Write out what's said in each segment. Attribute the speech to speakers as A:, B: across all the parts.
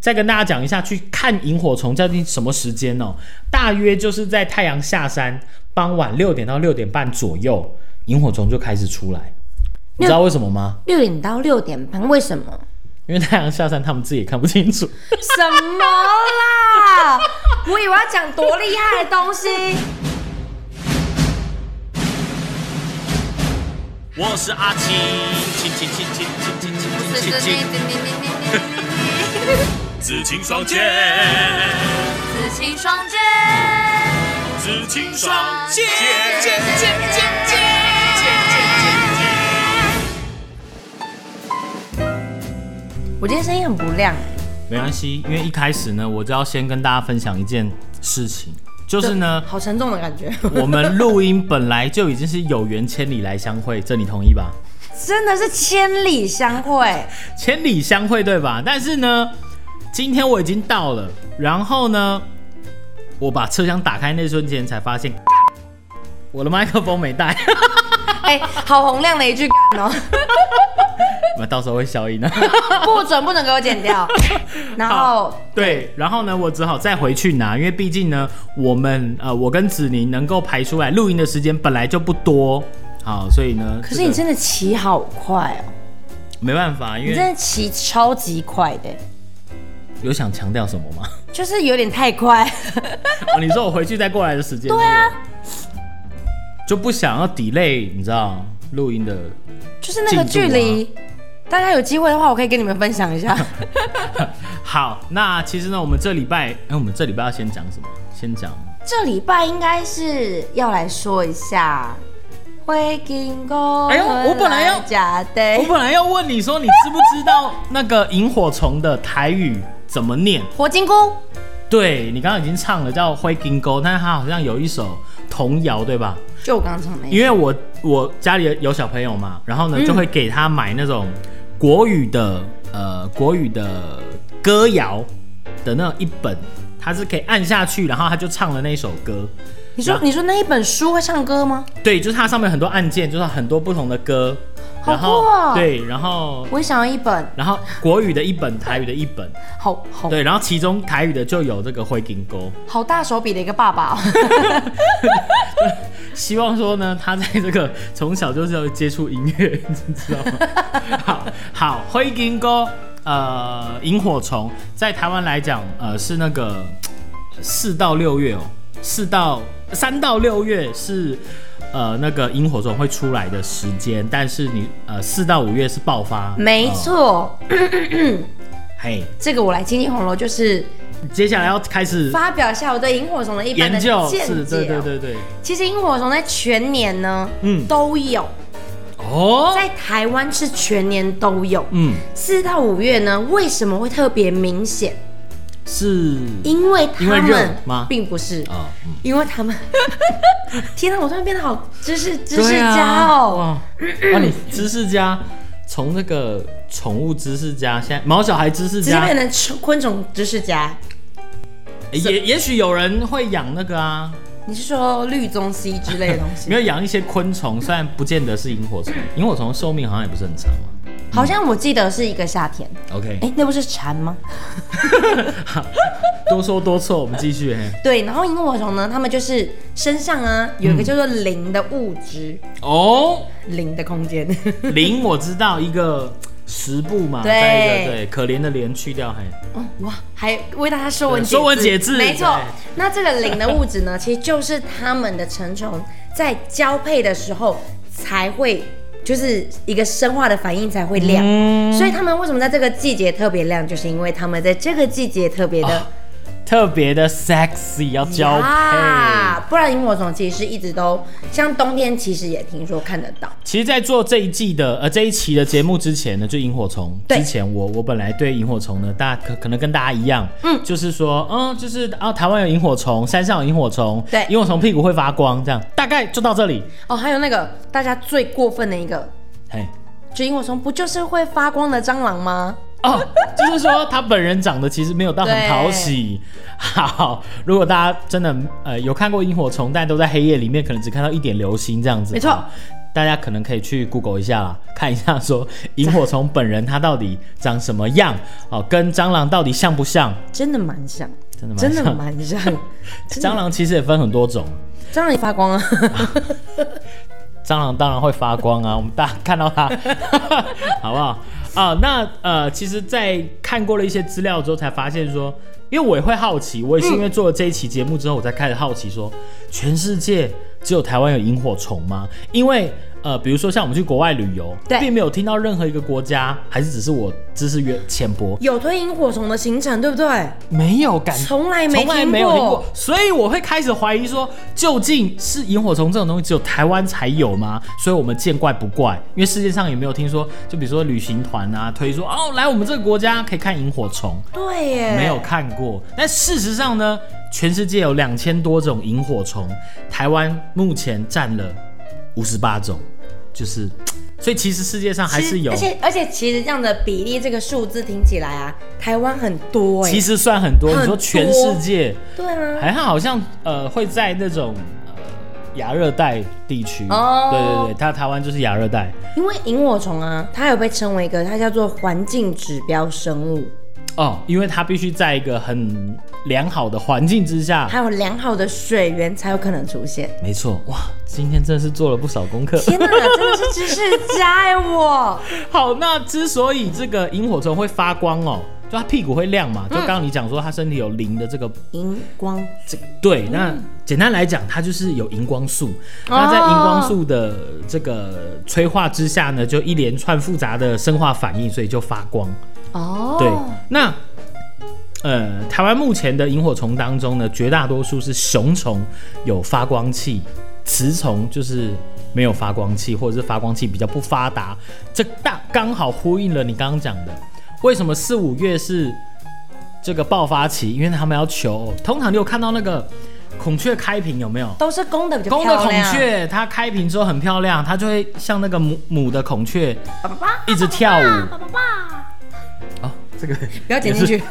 A: 再跟大家讲一下，去看萤火虫究竟什么时间哦？大约就是在太阳下山傍晚六点到六点半左右，萤火虫就开始出来。你知道为什么吗？
B: 六点到六点半，为什么？
A: 因为太阳下山，他们自己也看不清楚。
B: 什么 啦？我以为要讲多厉害的东西。
C: 我是阿青，青青青青青青青青青青，紫青双剑，
D: 紫青双剑，
C: 紫青双剑，
D: 剑剑剑剑
B: 我今天声音很不亮，
A: 没关系，因为一开始呢，我就要先跟大家分享一件事情，就是呢，
B: 好沉重的感觉，
A: 我们录音本来就已经是有缘千里来相会，这你同意吧？
B: 真的是千里相 会。
A: 千里相会，对吧？但是呢，今天我已经到了，然后呢，我把车厢打开那瞬间才发现， 我的麦克风没带，
B: 哎、好洪亮的一句干哦，
A: 那到时候会消 音的。
B: 不准不准给我剪 掉。然后
A: 对，然后呢，我只好再回去拿，因为毕竟呢，我们呃，我跟子宁能够排出来录音的时间本来就不多，好，所以呢，
B: 可是你
A: 这
B: 真
A: 个
B: 的骑好快哦，
A: 没办法，因
B: 你真
A: 为
B: 的骑超级快的，
A: 有想强调什么吗？
B: 就是有点太快。
A: 哦，你说我回去再过来的时间，对啊，就不想要 delay，你知道录音的，
B: 就是那个距离，
A: 啊
B: 大家有机会的话，我可以跟你们分享一下。
A: 好，那其实呢，我们这礼拜，哎、我们这礼拜要先讲什么？先讲
B: 这礼拜应该是要来说一下。灰金哥，
A: 哎呦我本来要
B: 假的，
A: 我本来要问你说，你知不知道那个萤火虫的台语怎么念？
B: 火金菇，
A: 对你刚刚已经唱了叫《灰金钩》，但是它好像有一首童谣，对吧？
B: 就我刚刚唱的那一
A: 因为我我家里有小朋友嘛，然后呢
B: 嗯
A: 就会给他买那种国语的呃国语的歌谣的那种一本，它是可以按下去，然后他就唱了那首歌。
B: 你说你说那一本书会唱歌吗？
A: 对，就是它上面有很多按键，就是很多不同的歌，
B: 好
A: 然后、
B: 酷哦
A: 对，然后
B: 我也想要一本，
A: 然后国语的一本，台语的一本，
B: 好好
A: 对，然后其中台语的就有这个灰金钩。
B: 好大手笔的一个爸爸、哦。
A: 希望说呢，他在这个从小就是要接触音乐，你知道吗？好好，灰金哥，呃，萤火虫在台湾来讲，呃，是那个四到六月哦，四到呃三到六月是呃那个萤火虫会出来的时间，但是你呃四到五月是爆发，
B: 嗯没
A: 呃
B: 错，
A: 嘿，
B: 这个我来经历红楼，就是
A: 接下来要开始
B: 发表一下我对萤火虫的一般的
A: 研究，
B: 见解、哦
A: 是，对对。对对，
B: 其实萤火虫在全年呢，
A: 嗯
B: 都有，
A: 哦，
B: 在台湾是全年都有。
A: 嗯，
B: 四到五月呢，为什么会特别明显？
A: 是
B: 因为他
A: 因为热
B: 们
A: 吗
B: 并不是，
A: 啊，嗯
B: 因为他 们。天哪，我突然变得好知识知识家哦！
A: 对啊！哇，哇你知识家，从那个宠物知识家，现在毛小孩知识
B: 直接
A: 家
B: 变，成昆虫知识家。
A: 也也许有人会养那个啊，
B: 你是说绿棕蜥之类的东 西？
A: 没有养一些昆虫，虽然不见得是萤火虫，萤火虫的寿命好像也不是很长嘛。
B: 好像我记得是一个夏天。
A: OK，
B: 哎、那不是蝉吗？
A: 多说多错，我们继续。嘿
B: 对，然后萤火虫呢，它们就是身上啊有
A: 嗯
B: 一个叫做磷的物质，
A: 哦，
B: 磷的空间。
A: 零哦我知道一个十步嘛，
B: 对
A: 再一个对可怜的怜去掉，嘿，
B: 哦哇，还为大家说文
A: 对说文解字
B: 没错
A: 对。
B: 那这个磷的物质呢，其实就是它们的成虫在交配的时候才会，就是一个生化的反应才会亮。
A: 嗯
B: 所以它们为什么在这个季节特别亮，就是因为它们在这个季节特别的、
A: 特别的 sexy 要啊交配。
B: 啊，不然萤火虫其实一直都像冬天，其实也听说看得到。
A: 其实，在做这一季的呃这一期的节目之前呢，就萤火虫
B: 对
A: 之前我，我本来对萤火虫呢，大家可可能跟大家一样，嗯，就是说，嗯，就是啊，台湾有萤火虫，山上有萤火虫，
B: 对
A: 萤火虫屁股会发光，这样大概就到这里。
B: 哦，还有那个大家最过分的一个，
A: 嘿，
B: 就萤火虫不就是会发光的蟑螂吗？
A: 哦，就是说他本人长得其实没有到很讨喜。好，如果大家真的呃有看过萤火虫，但都在黑夜里面，可能只看到一点流星这样子，
B: 没错
A: 哦。大家可能可以去 Google 一下啦，看一下说萤火虫本人他到底长什么样哦，跟蟑螂到底像不像？
B: 真的蛮像，
A: 真的吗？
B: 真的蛮像。
A: 蟑螂其实也分很多种，
B: 蟑螂也发光啊，
A: 蟑螂当然会发光啊，我们大家看到它， 好不好？啊，那呃，其实，在看过了一些资料之后，才发现说，因为我也会好奇，我也是因为做了这一期节目之后，我才开始好奇说，全世界只有台湾有萤火虫吗？因为呃，比如说像我们去国外旅游，
B: 对
A: 并没有听到任何一个国家，还是只是我知识越浅薄，
B: 有推萤火虫的行程，对不对？
A: 没有感
B: 从来没
A: 从来
B: 听
A: 没有听
B: 过
A: 过，所以我会开始怀疑说，究竟是萤火虫这种东西只有台湾才有吗？所以我们见怪不怪，因为世界上也没有听说，就比如说旅行团啊推说哦，来我们这个国家可以看萤火虫，
B: 对耶，
A: 没有看过。但事实上呢，全世界有两千多种萤火虫，台湾目前占了五十八种，就是，所以其实世界上还
B: 其实，
A: 是有
B: 而。且而且其实这样的比例，这个数字听起来啊，台湾很多哎、
A: 其实算很多，
B: 很
A: 你说全
B: 多
A: 世界
B: 对啊，
A: 还好，好像呃会在那种呃亚热带地区。
B: 哦
A: 对对对，它台湾就是亚热带。
B: 因为萤火虫啊，它有被称为一个它叫做环境指标生物，
A: 哦，因为它必须在一个很良好的环境之下。
B: 还有良好的水源才有可能出现。
A: 没错，哇，今天真的是做了不少功课。
B: 天哪，真的是知识家哎、我
A: 好，那之所以这个萤火虫会发光哦，就它屁股会亮
B: 嗯
A: 嘛，就刚刚你讲说它身体有磷的这个
B: 荧光这个
A: 对，那简单来讲，它就是有荧光素。
B: 哦
A: 那在荧光素的这个催化之下呢，就一连串复杂的生化反应，所以就发光。
B: 哦，
A: 对，那呃，台湾目前的萤火虫当中呢，绝大多数是雄虫有发光器，雌虫就是没有发光器，或者是发光器比较不发达。这大刚好呼应了你刚刚讲的，为什么四五月是这个爆发期？因为他们要求偶，通常你有看到那个孔雀开屏有没有？
B: 都是公的比较
A: 公的
B: 漂
A: 孔
B: 亮，
A: 雀，它开屏之后很漂亮，它就会像那个母母的孔雀
B: 爸爸爸
A: 一直跳舞。哦，这个
B: 不要剪进去。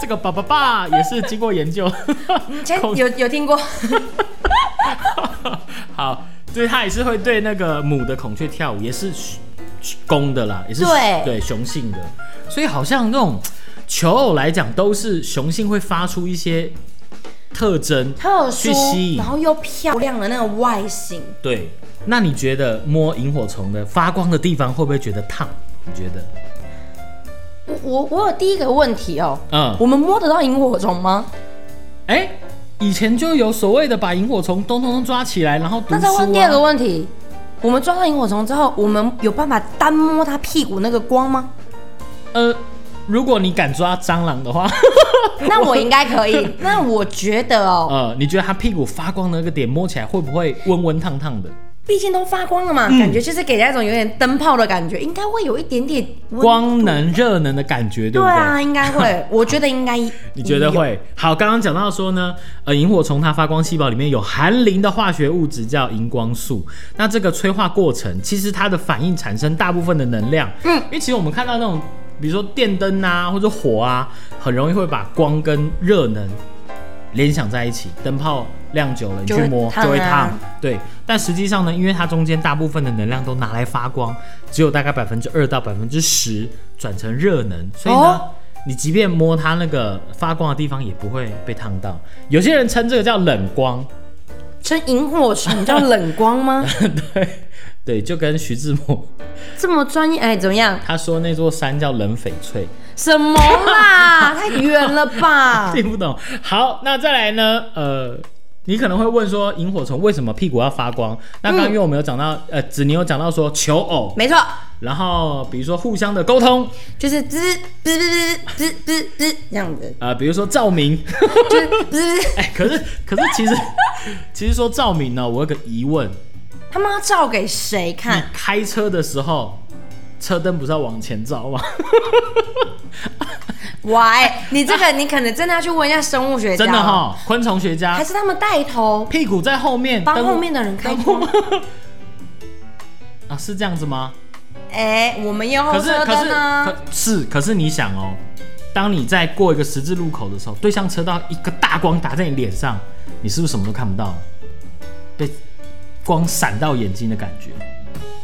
A: 这个爸爸爸也是经过研究，
B: 前
A: 孔
B: 有有听过，
A: 好，所以它也是会对那个母的孔雀跳舞，也是雄公的啦，也是
B: 对
A: 对雄性的，所以好像那种求偶来讲，都是雄性会发出一些特征
B: 特殊
A: 去吸，引
B: 然。后又漂亮的那个外形，
A: 对，那你觉得摸萤火虫的发光的地方会不会觉得烫？你觉得？
B: 我我我有第一个问题哦，
A: 嗯
B: 我们摸得到萤火虫吗？
A: 哎、以前就有所谓的把萤火虫咚咚咚抓起来，然后毒
B: 那
A: 书、
B: 再
A: 啊。
B: 问第二个问题，我们抓到萤火虫之后，我们有办法单摸它屁股那个 光吗？
A: 呃，如果你敢抓蟑螂的话。
B: 那我应该可以。 那我觉得哦，
A: 呃，你觉得它屁股发光的那个点摸起来会不会温温烫烫的？
B: 毕竟都发光了
A: 嗯
B: 嘛，感觉就是给人家一种有点灯泡的感觉，应该会有一点点温度
A: 光。能热能的感觉，对不
B: 对
A: 对？
B: 啊，应该 会，我觉得应该。
A: 你觉得？会？好，刚刚讲到说呢，呃，萤火虫它发光细胞里面有含磷的化学物质叫荧光素。那这个催化过程，其实它的反应产生大部分的能量。嗯，因为其实我们看到那种，比如说电灯啊或者火啊，很容易会把光跟热能联想在一起。灯泡亮久了，你
B: 就
A: 去
B: 会
A: 摸
B: 烫
A: 就会
B: 啊
A: 烫。对，但实际上呢，因为它中间大部分的能量都拿来发光，只有大概百分之二到百分之十转成热能，所以呢，
B: 哦
A: 你即便摸它那个发光的地方，也不会被烫到。有些人称这个叫冷光，
B: 这萤火虫叫冷光吗？
A: 对对，就跟徐志摩
B: 这么专业？哎，怎么样？
A: 他说那座山叫冷翡翠，
B: 什 么啦？太远了吧？
A: 听不懂。好，那再来呢？呃。你可能会问说，萤火虫为什么屁股要发光？那刚刚因为我们有讲到，呃，子宁有讲到说求偶，
B: 没错，
A: 然后比如说互相的沟通，
B: 就是滋滋滋滋滋滋这样子，
A: 呃，比如说照明，
B: 就是滋。
A: 哎、可是可是其实其实说照明呢，我有个疑问，
B: 他妈照给谁
A: 你
B: 看？
A: 开车的时候，车灯不是要往前照吗？
B: 喂，你这个你可能真的要去问一下生物学家，哦
A: 真的哈、昆虫学家
B: 还是他们带头
A: 屁股在后面，
B: 帮
A: 灯
B: 后面的人开
A: 灯
B: 光？
A: 啊，是这样子吗？
B: 哎、我们也有
A: 可
B: 后
A: 是
B: 车
A: 可是
B: 灯啊，
A: 可是可是你想哦，当你在过一个十字路口的时候，对向车道一个大光打在你脸上，你是不是什么都看不到？被光闪到眼睛的感觉，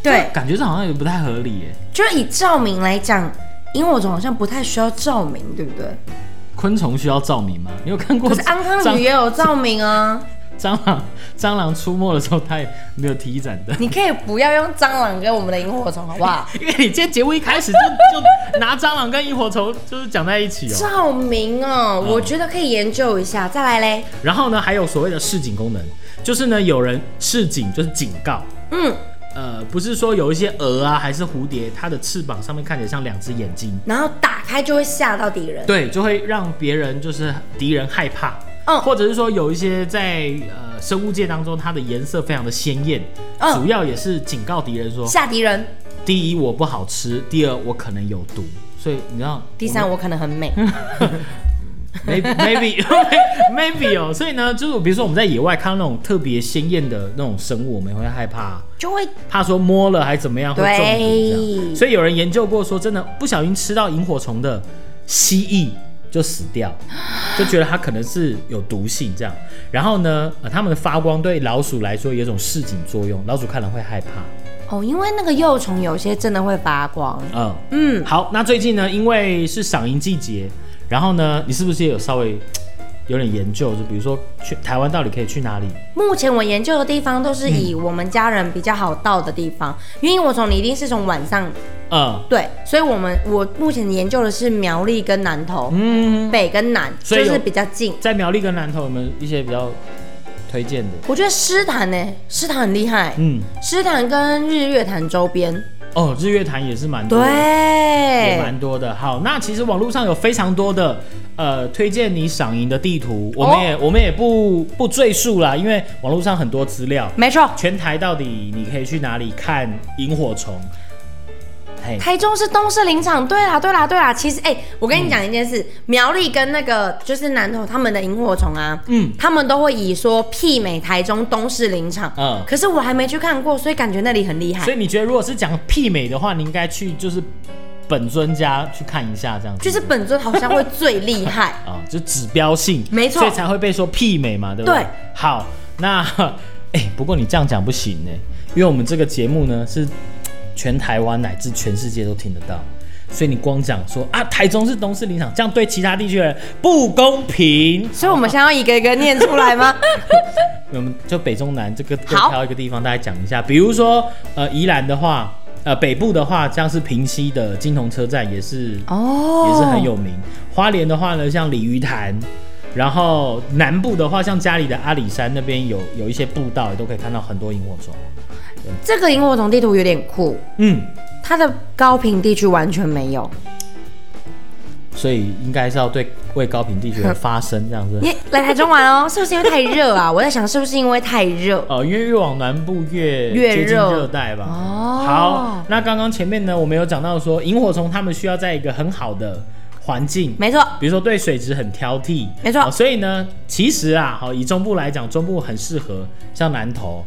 B: 对，
A: 感觉这好像也不太合理耶。
B: 就是以照明来讲，萤火虫好像不太需要照明，对不对？
A: 昆虫需要照明吗？ 你有看过
B: 可是安康
A: 蟑
B: 鱼也有照明啊，
A: 蟑螂蟑螂出没的时候，它也没有提一盏 灯。
B: 你可以不要用蟑螂跟我们的萤火虫，好不好？
A: 因为你今天节目一开始就就拿蟑螂跟萤火虫就是讲在一起哦，
B: 照明哦，我觉得可以研究一下。再来嘞，
A: 然后呢，还有所谓的示警功能，就是呢有人示警就是警告，
B: 嗯，
A: 呃，不是说有一些蛾啊还是蝴蝶，它的翅膀上面看起来像两只眼睛，
B: 然后打开就会吓到敌人。
A: 对，就会让别人就是敌人害怕，
B: 嗯
A: 或者是说有一些在呃生物界当中，它的颜色非常的鲜艳，
B: 嗯
A: 主要也是警告敌人说，
B: 吓敌人。
A: 第一我不好吃，第二我可能有毒，所以你知道，
B: 第三，我可能很美。
A: maybe maybe maybe 哦，所以呢，就是比如说我们在野外看到那种特别鲜艳的那种生物，我们也会害怕，
B: 就会
A: 怕说摸了还怎么样会中毒这样。
B: 对
A: 所以有人研究过说，真的不小心吃到萤火虫的蜥蜴就死掉，就觉得它可能是有毒性这样。然后呢，呃，它们的发光对老鼠来说有一种示警作用，老鼠看了会害怕。
B: 哦，因为那个幼虫有些真的会发光。
A: 嗯，
B: 嗯，
A: 好，那最近呢，因为是赏萤季节，然后呢，你是不是也有稍微有点研究？就比如说去台湾到底可以去哪里？
B: 目前我研究的地方都是以我们家人比较好到的地方，因为我从你一定是从晚上
A: 嗯，
B: 对，所以我们我目前研究的是苗栗跟南投，
A: 嗯，
B: 北跟南
A: 所
B: 就
A: 以有
B: 是比较近。
A: 在苗栗跟南投有没有一些比较推荐的？
B: 我觉得诗坛呢，诗坛很厉害，
A: 嗯，
B: 诗坛跟日月潭周边，
A: 哦，日月潭也是蛮多的，哦也
B: 对，
A: 蛮多的。好，那其实网络上有非常多的呃推荐你赏萤的地图，我们也、我们也不不赘述啦，因为网络上很多资料。
B: 没错。
A: 全台到底你可以去哪里看萤火虫？嘿，
B: 台中是东势林场，对啦，对啦，对啦。其实，哎、我跟你讲一件事，苗栗跟那个就是南投他们的萤火虫啊，
A: 嗯
B: 他们都会以说媲美台中东势林场。
A: 嗯
B: 可是我还没去看过，所以感觉那里很厉害
A: 所，以你觉得如果是讲媲美的话，你应该去就是本尊家去看一下，这样子。
B: 就是本尊好像会最厉害
A: 啊、就指标性，
B: 没错
A: 所以才会被说媲美嘛，对不对？
B: 对
A: 好，那哎、不过你这样讲不行呢，因为我们这个节目呢是全台湾乃至全世界都听得到。所以你光讲说啊，台中是东势林场，这样对其他地区的人不公平。
B: 所以我们现在要一个一个念出来 吗？
A: 我们就北中南这个各
B: 好
A: 挑一个地方，大家讲一下。比如说，呃，宜兰的话，呃，北部的话，像是平溪的金铜车站也是，
B: 哦
A: 也是很有名。花莲的话呢，像鲤鱼潭，然后南部的话，像家里的阿里山那边有有一些步道，也都可以看到很多萤火虫。
B: 这个萤火虫地图有点酷，
A: 嗯，
B: 它的高频地区完全没有。
A: 所以应该是要对为高屏地区的发声这样 子。
B: 你来台中玩哦，是不是因为太热啊？我在想是不是因为太热？
A: 呃，因为越往南部越
B: 越
A: 接近
B: 热
A: 热带吧。
B: 哦
A: 好，那刚刚前面呢，我们有讲到说，萤火虫它们需要在一个很好的环境，
B: 没错，
A: 比如说对水质很挑剔，
B: 没错
A: 哦所以呢，其实啊，好、以中部来讲，中部很适合像南投，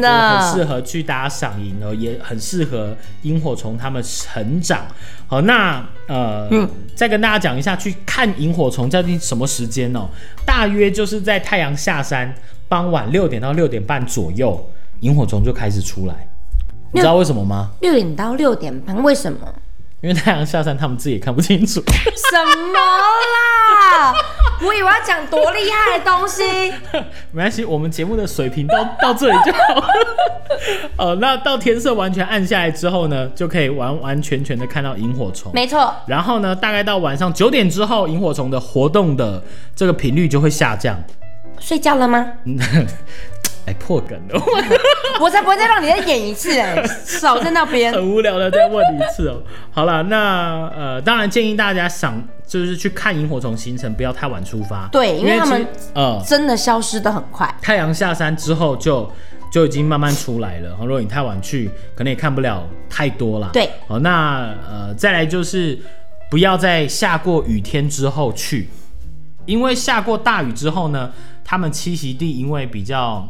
A: 就是
B: 的
A: 很适合去搭赏萤哦，也很适合萤火虫它们成长。好，那呃，
B: 嗯
A: 再跟大家讲一下，去看萤火虫在什么时间哦？大约就是在太阳下山傍晚六点到六点半左右，萤火虫就开始出来。你知道为什么吗？
B: 六点到六点半，为什么？
A: 因为太阳下山，他们自己也看不清楚。
B: 什么啦？我以为要讲多厉害的东西，
A: 没关系，我们节目的水平到 到这里就好。 呃，那到天色完全暗下来之后呢，就可以完完全全的看到萤火虫。
B: 没错，
A: 然后呢，大概到晚上九点之后，萤火虫的活动的这个频率就会下降。
B: 睡觉了吗？
A: 嗯哎，破梗了，
B: 我才不会再让你再演一次哎、少在那边。
A: 很无聊的再问一次哦。好了，那呃，当然建议大家想就是去看萤火虫行程，不要太晚出发。
B: 对因为他们
A: 其实呃，
B: 真的消失的很快，
A: 太阳下山之后就就已经慢慢出来了。哦如果你太晚去，可能也看不了太多啦。
B: 对，
A: 哦，那呃，再来就是不要在下过雨天之后去，因为下过大雨之后呢，他们栖息地因为比较。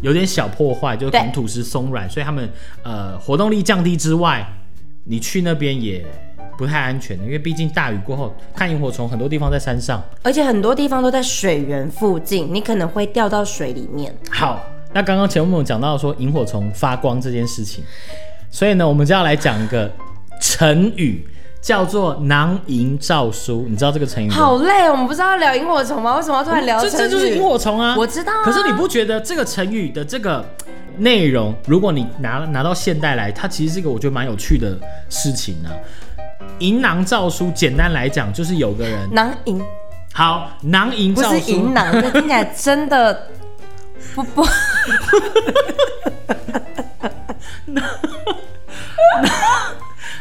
A: 有点小破坏，就是可能
B: 对
A: 土石松软，所以他们呃活动力降低之外，你去那边也不太安全，因为毕竟大雨过后看萤火虫，很多地方在山上，
B: 而且很多地方都在水源附近，你可能会掉到水里面。
A: 好，那刚刚前面我们讲到说萤火虫发光这件事情，所以呢，我们就要来讲一个成语，叫做囊萤照书。你知道这个成语吗？
B: 好累，我们不是要聊萤火虫吗？为什么要突然聊
A: 这
B: 成
A: 这
B: 语
A: 就是萤火虫啊！
B: 我知道啊
A: 可是你不觉得这个成语的这个内容，如果你拿拿到现代来，它其实是一个我觉得蛮有趣的事情呢、银囊照书，简单来讲就是有个人
B: 囊萤，
A: 好囊萤
B: 不
A: 照
B: 是
A: 书，
B: 银囊，这听起来真的不不。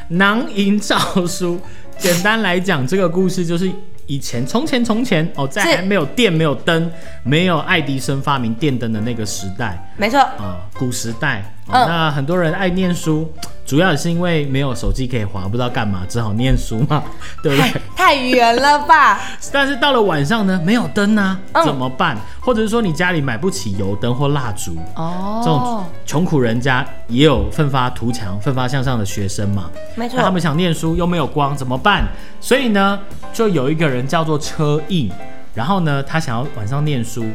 A: 囊萤照书， 简单来讲，这个故事就是以前从前从前哦，在
B: 是
A: 还没有电、没有灯、没有爱迪生发明电灯的那个时代，
B: 没错，
A: 啊、古时代、哦
B: 嗯
A: 那很多人爱念书，主要也是因为没有手机可以划，不知道干嘛，只好念书嘛， 对不
B: 太
A: 对？
B: 太圆了吧？
A: 但是到了晚上呢，没有灯啊，
B: 嗯
A: 怎么办？或者是说你家里买不起油灯或蜡烛，这种
B: 哦，
A: 穷苦人家也有奋发图强、奋发向上的学生嘛，
B: 没错
A: 那，他们想念书又没有光，怎么办？所以呢，就有一个人叫做车胤，然后呢，他想要晚上念书，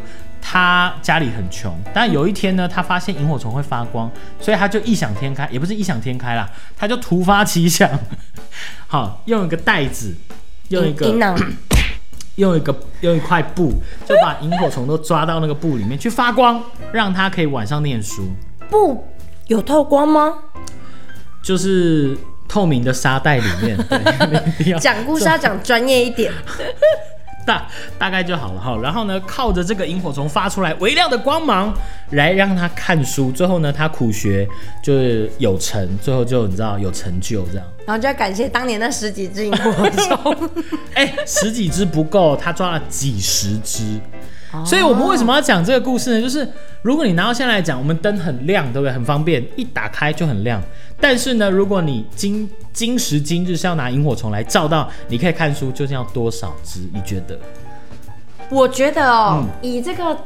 A: 他家里很穷，但有一天呢，他发现萤火虫会发光，所以他就异想天开，也不是异想天开啦，他就突发奇想，好，用一个袋子，用一个
B: 银囊，
A: 用一
B: 嗯
A: 个用一块布，就把萤火虫都抓到那个布里面去发光，让他可以晚上念书，
B: 不有透光吗？
A: 就是透明的沙袋里面。对， 你一定要
B: 讲故事要讲专业一 点，
A: 大大概就好了哈。然后呢，靠着这个萤火虫发出来微亮的光芒，来让他看书。最后呢，他苦学就是有成，最后就你知道有成就这样。
B: 然后就要感谢当年那十几只 萤火虫。
A: 哎、十几只不够，他抓了几十只。所以我们为什么要讲这个故事呢？就是如果你拿到现在来讲，我们灯很亮，对不对？很方便，一打开就很亮。但是呢，如果你今今时今日是要拿萤火虫来照到，你可以看书，究竟要多少只？你觉得？
B: 我觉得哦，
A: 嗯
B: 以这个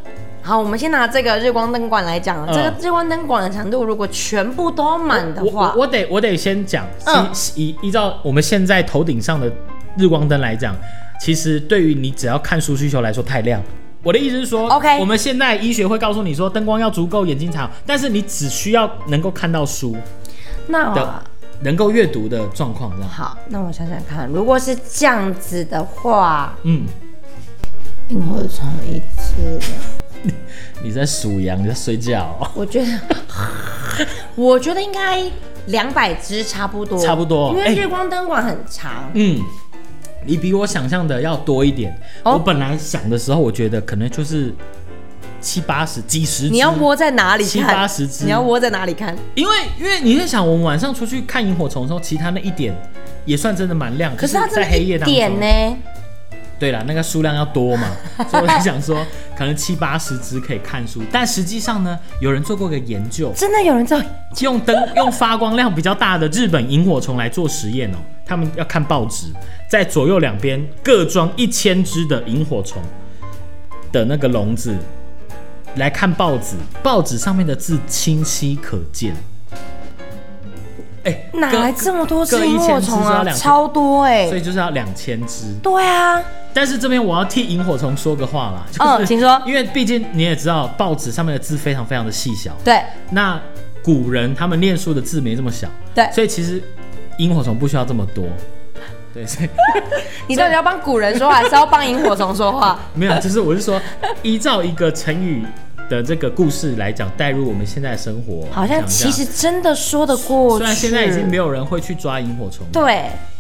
B: 好，我们先拿这个日光灯管来讲，啊
A: 嗯
B: 这个日光灯管的长度如果全部都满的
A: 我
B: 话
A: 我，我得我得先讲，
B: 嗯
A: 是依依照我们现在头顶上的日光灯来讲，其实对于你只要看书需求来说太亮。我的意思是说
B: OK
A: 我们现在医学会告诉你说灯光要足够，眼睛才好，但是你只需要能够看到书
B: 那
A: 的，能够阅读的状况，这样。
B: 好，那我想想看，如果是这样子的话，
A: 嗯，
B: 萤火虫一只，
A: 你在数羊，你在睡觉哦、
B: 我觉得， 我觉得应该两百只差不多，
A: 差不多
B: 因为
A: 哎
B: 日光灯管很长，
A: 嗯，你比我想象的要多一点。
B: 哦
A: 我本来想的时候，我觉得可能就是七八十、几十只。
B: 你要窝在哪里看？
A: 七八十只
B: 你要窝在哪里看？
A: 因为因为你在想，我们晚上出去看萤火虫的时候，其他那一点也算真的蛮亮，
B: 可是它真
A: 在
B: 的
A: 黑夜
B: 一
A: 当中，
B: 点呢、
A: 对啦，那个数量要多 嘛，所以我就想说，可能七八十只可以看书，但实际上呢，有人做过一个研究，
B: 真的有人在
A: 用灯用发光量比较大的日本萤火虫来做实验哦，他们要看报纸，在左右两边各装一千只的萤火虫的那个笼子，来看报纸，报纸上面的字清晰可见。哎、
B: 哪
A: 各
B: 来这么多
A: 各
B: 只萤火
A: 1000只
B: 虫
A: 是要
B: 啊？
A: 两
B: 超多哎、
A: 所以就是要两千只。
B: 对啊，
A: 但是这边我要替萤火虫说个话啦，就是、
B: 嗯请说
A: 因为毕竟你也知道，报纸上面的字非常非常的细小，
B: 对
A: 那古人他们念书的字没这么小，
B: 对，
A: 所以其实萤火虫不需要这么多。对，所以
B: 你到底要帮古人说话，还是要帮萤火虫说话？
A: 没有，啊就是我是说，依照一个成语的这个故事来讲，带入我们现在的生活，
B: 好像
A: 讲这
B: 其
A: 样
B: 实真的说得过去。
A: 虽然现在已经没有人会去抓萤火虫，
B: 对，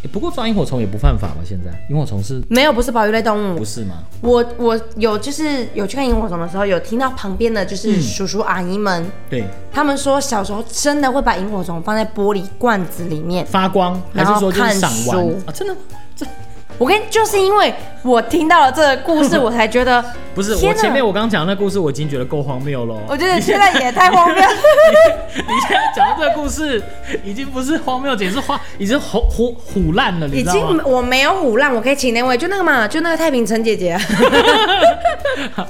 A: 诶不过抓萤火虫也不犯法吧？现在萤火虫是
B: 没有不是保育类动物
A: 不。是吗？
B: 我我有就是有去看萤火虫的时候，有听到旁边的
A: 嗯
B: 就是叔叔阿姨们，
A: 对，
B: 他们说小时候真的会把萤火虫放在玻璃罐子里面。
A: 发光还是说就
B: 然后
A: 是赏
B: 看
A: 玩
B: 书
A: 啊？真的吗？这
B: 我跟就是因为我听到了这个故事，我才觉得
A: 不是
B: 天
A: 我
B: 哪
A: 前面我刚刚讲的那故事，我已经觉得够荒谬了。
B: 我觉得现在也太荒谬。
A: 你现在讲的这个故事，已经不是荒谬解，是荒，已经虎虎虎烂了， 你
B: 已
A: 知道
B: 经
A: 吗？
B: 我没有虎烂，我可以请那位就那个嘛，就那个太平陈姐姐 啊、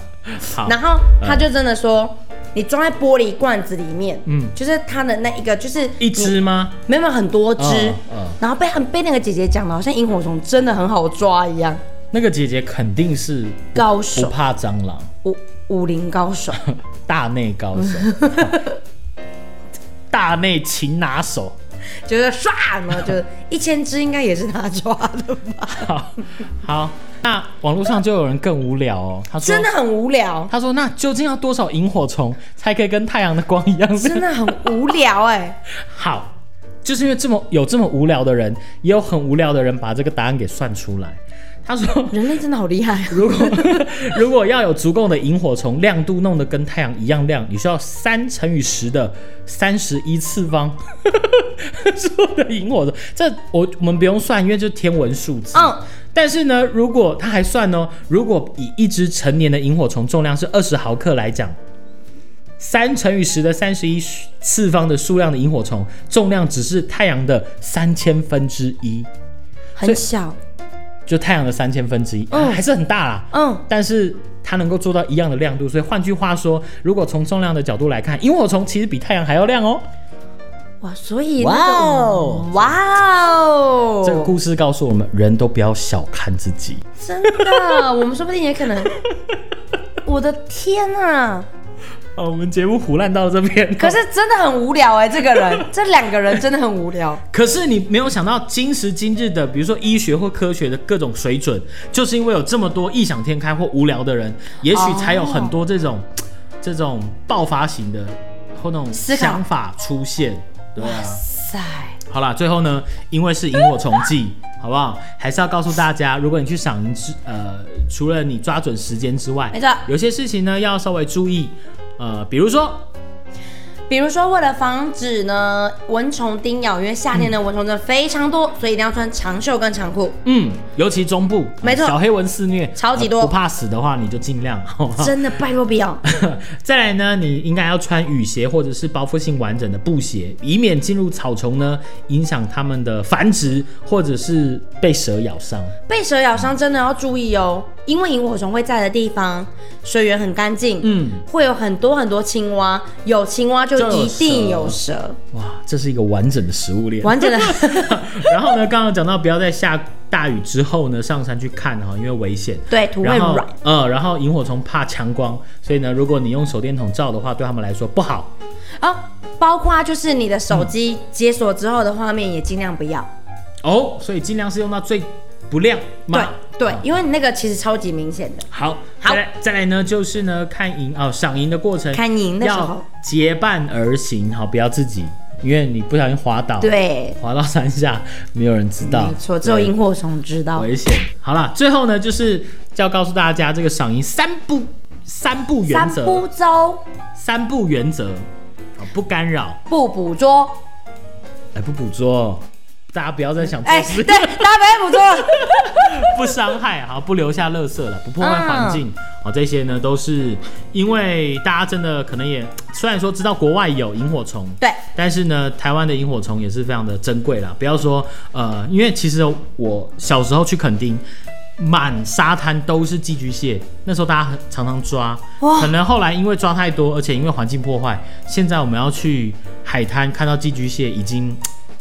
A: 好，
B: 然后她就真的说，你装在玻璃罐子里面，
A: 嗯
B: 嗯，就是她的那一个就是
A: 一只
B: 你，
A: 吗？
B: 没有没有很多只，
A: 嗯嗯
B: 然后被很被那个姐姐讲的好像萤火虫真的很好抓一样，
A: 那个姐姐肯定是
B: 高
A: 不
B: 手
A: 怕蟑螂，
B: 武武林高手，
A: 大内高 手，大内擒拿手。
B: 就是唰，然后就一千只应该也是他抓的吧？
A: 好，好，那网络上就有人更无聊哦，他说
B: 真的很无聊，
A: 他说：“那究竟要多少萤火虫才可以跟太阳的光一样亮？”
B: 真的很无聊哎、
A: 好，就是因为这么有这么无聊的人，也有很无聊的人把这个答案给算出来。他说
B: 人类真的好厉害、：“啊
A: 如果 如果要有足够的萤火虫亮度弄得跟太阳一样亮，你需要三乘以十的三十一次方 数的萤火虫。这我我们不用算，因为就是天文数字。
B: 嗯
A: 但是呢，如果他还算哦，如果以一只成年的萤火虫重量是二十毫克来讲，三乘以十的三十一次方的数量的萤火虫重量只是太阳的三千分之一，
B: 很小，
A: 就太阳的三千分之一，啊
B: 嗯
A: 还是很大啦。
B: 嗯，
A: 但是它能够做到一样的亮度，所以换句话说，如果从重量的角度来看，萤火虫其实比太阳还要亮哦。
B: 哇，所以
A: 哇
B: 那
A: 哦
B: 个哇哦，
A: 这个故事告诉我们，人都不要小看自己。
B: 真的，我们说不定也可 能。我的天啊！
A: 哦，我们节目胡乱到这边，
B: 可是真的很无聊哎、这个人， 这两个人真的很无聊。
A: 可是你没有想到，今时今日的，比如说医学或科学的各种水准，就是因为有这么多异想天开或无聊的人，也许才有很多这种、
B: 哦
A: 这种爆发型的或那种
B: 思考
A: 想法出现。对啊，
B: 塞，
A: 好啦，最后呢，因为是萤火虫季， 好不好？还是要告诉大家，如果你去赏萤之，呃，除了你抓准时间之外，
B: 没错
A: 有些事情呢要稍微注意，呃，比如说
B: 比如说为了防止呢蚊虫叮咬，因为夏天的蚊虫真的非常多，所以一定要穿长袖跟长裤。
A: 嗯，尤其中部，
B: 没错
A: 小黑蚊肆虐，
B: 超级多
A: 呃不怕死的话，你就尽量， 好不好？
B: 真的拜托不要，
A: 再来呢，你应该要穿雨鞋或者是包覆性完整的布鞋，以免进入草丛呢，影响它们的繁殖，或者是被蛇咬伤。
B: 被蛇咬伤真的要注意哦，因为萤火虫会在的地方，水源很干净，
A: 嗯，
B: 会有很多很多青蛙，有青蛙就
A: 就有
B: 一定
A: 蛇
B: 有蛇，
A: 哇，这是一个完整的食物链。
B: 完整的
A: 然后呢，刚刚讲到不要在下大雨之后呢上山去看哈，因为危险。
B: 对土会
A: 然后
B: 软。，
A: 嗯，然后萤火虫怕强光，所以呢，如果你用手电筒照的话，对他们来说不好。
B: 哦，包括就是你的手机解锁之后的画面也尽量不要。
A: 哦，所以尽量是用到最不亮嘛。
B: 对对，
A: 嗯
B: 因为你那个其实超级明显的。
A: 好，再
B: 好
A: 来再来呢，就是呢，看营哦，赏营的过程，
B: 看营那时候
A: 要结伴而行，好，不要自己，因为你不小心滑倒，，
B: 对，
A: 滑到山下，没有人知道，
B: 没错，只有萤火虫知道。
A: 危险。好啦，最后呢，就是要告诉大家这个赏银三不三不原
B: 三
A: 则，
B: 不周，
A: 三不原则，好不干扰，
B: 不捕捉。
A: 哎，不捕捉，大家不要再想做
B: 哎、
A: 事，
B: 对，大家不要捕捉了。
A: 不伤害，好，不留下垃圾了，不破坏环
B: 嗯
A: 境，好、这些呢都是因为大家真的可能也虽然说知道国外有萤火虫，
B: 对，
A: 但是呢，台湾的萤火虫也是非常的珍贵啦。不要说呃，因为其实我小时候去垦丁，满沙滩都是寄居蟹，那时候大家很常常抓，
B: 哇
A: 可能后来因为抓太多，而且因为环境破坏，现在我们要去海滩看到寄居蟹已经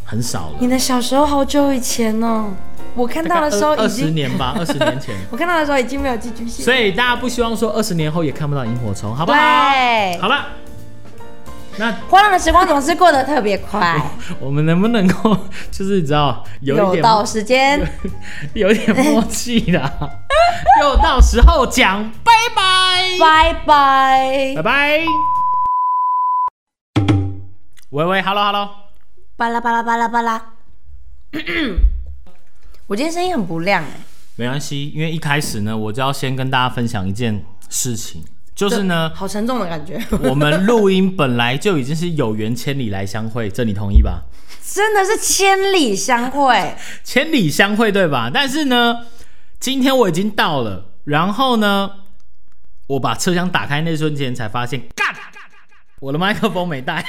A: 很少了。
B: 你的小时候好久以前哦，我看到的时候
A: 二
B: 已
A: 十
B: 经，
A: 年 吧，二十年前。
B: 我看到的时候已经没有寄居蟹。
A: 所以大家不希望说二十年后也看不到萤火虫，好不好？
B: 对
A: 好了，那
B: 花浪的时光总是过得特别快，
A: 我们能不能够就是你知道哦有一
B: 有
A: 点
B: 到时 间，
A: 有一点默契啦， 又到时候讲，拜拜，
B: 拜拜
A: 拜，拜。喂喂，Hello Hello，
B: 巴拉巴拉巴拉巴拉。 我今天声音很不亮哎、
A: 没关系，因为一开始呢，我就要先跟大家分享一件事情，就是 呢，
B: 好沉重的感觉，
A: 我们录音本来就已经是有缘千里来相会，这你同意吧？
B: 真的是千里相会，
A: 千里相会，对吧？但是呢，今天我已经到了，然后呢，我把车厢打开那瞬间才发现，干，我的麦克风没带，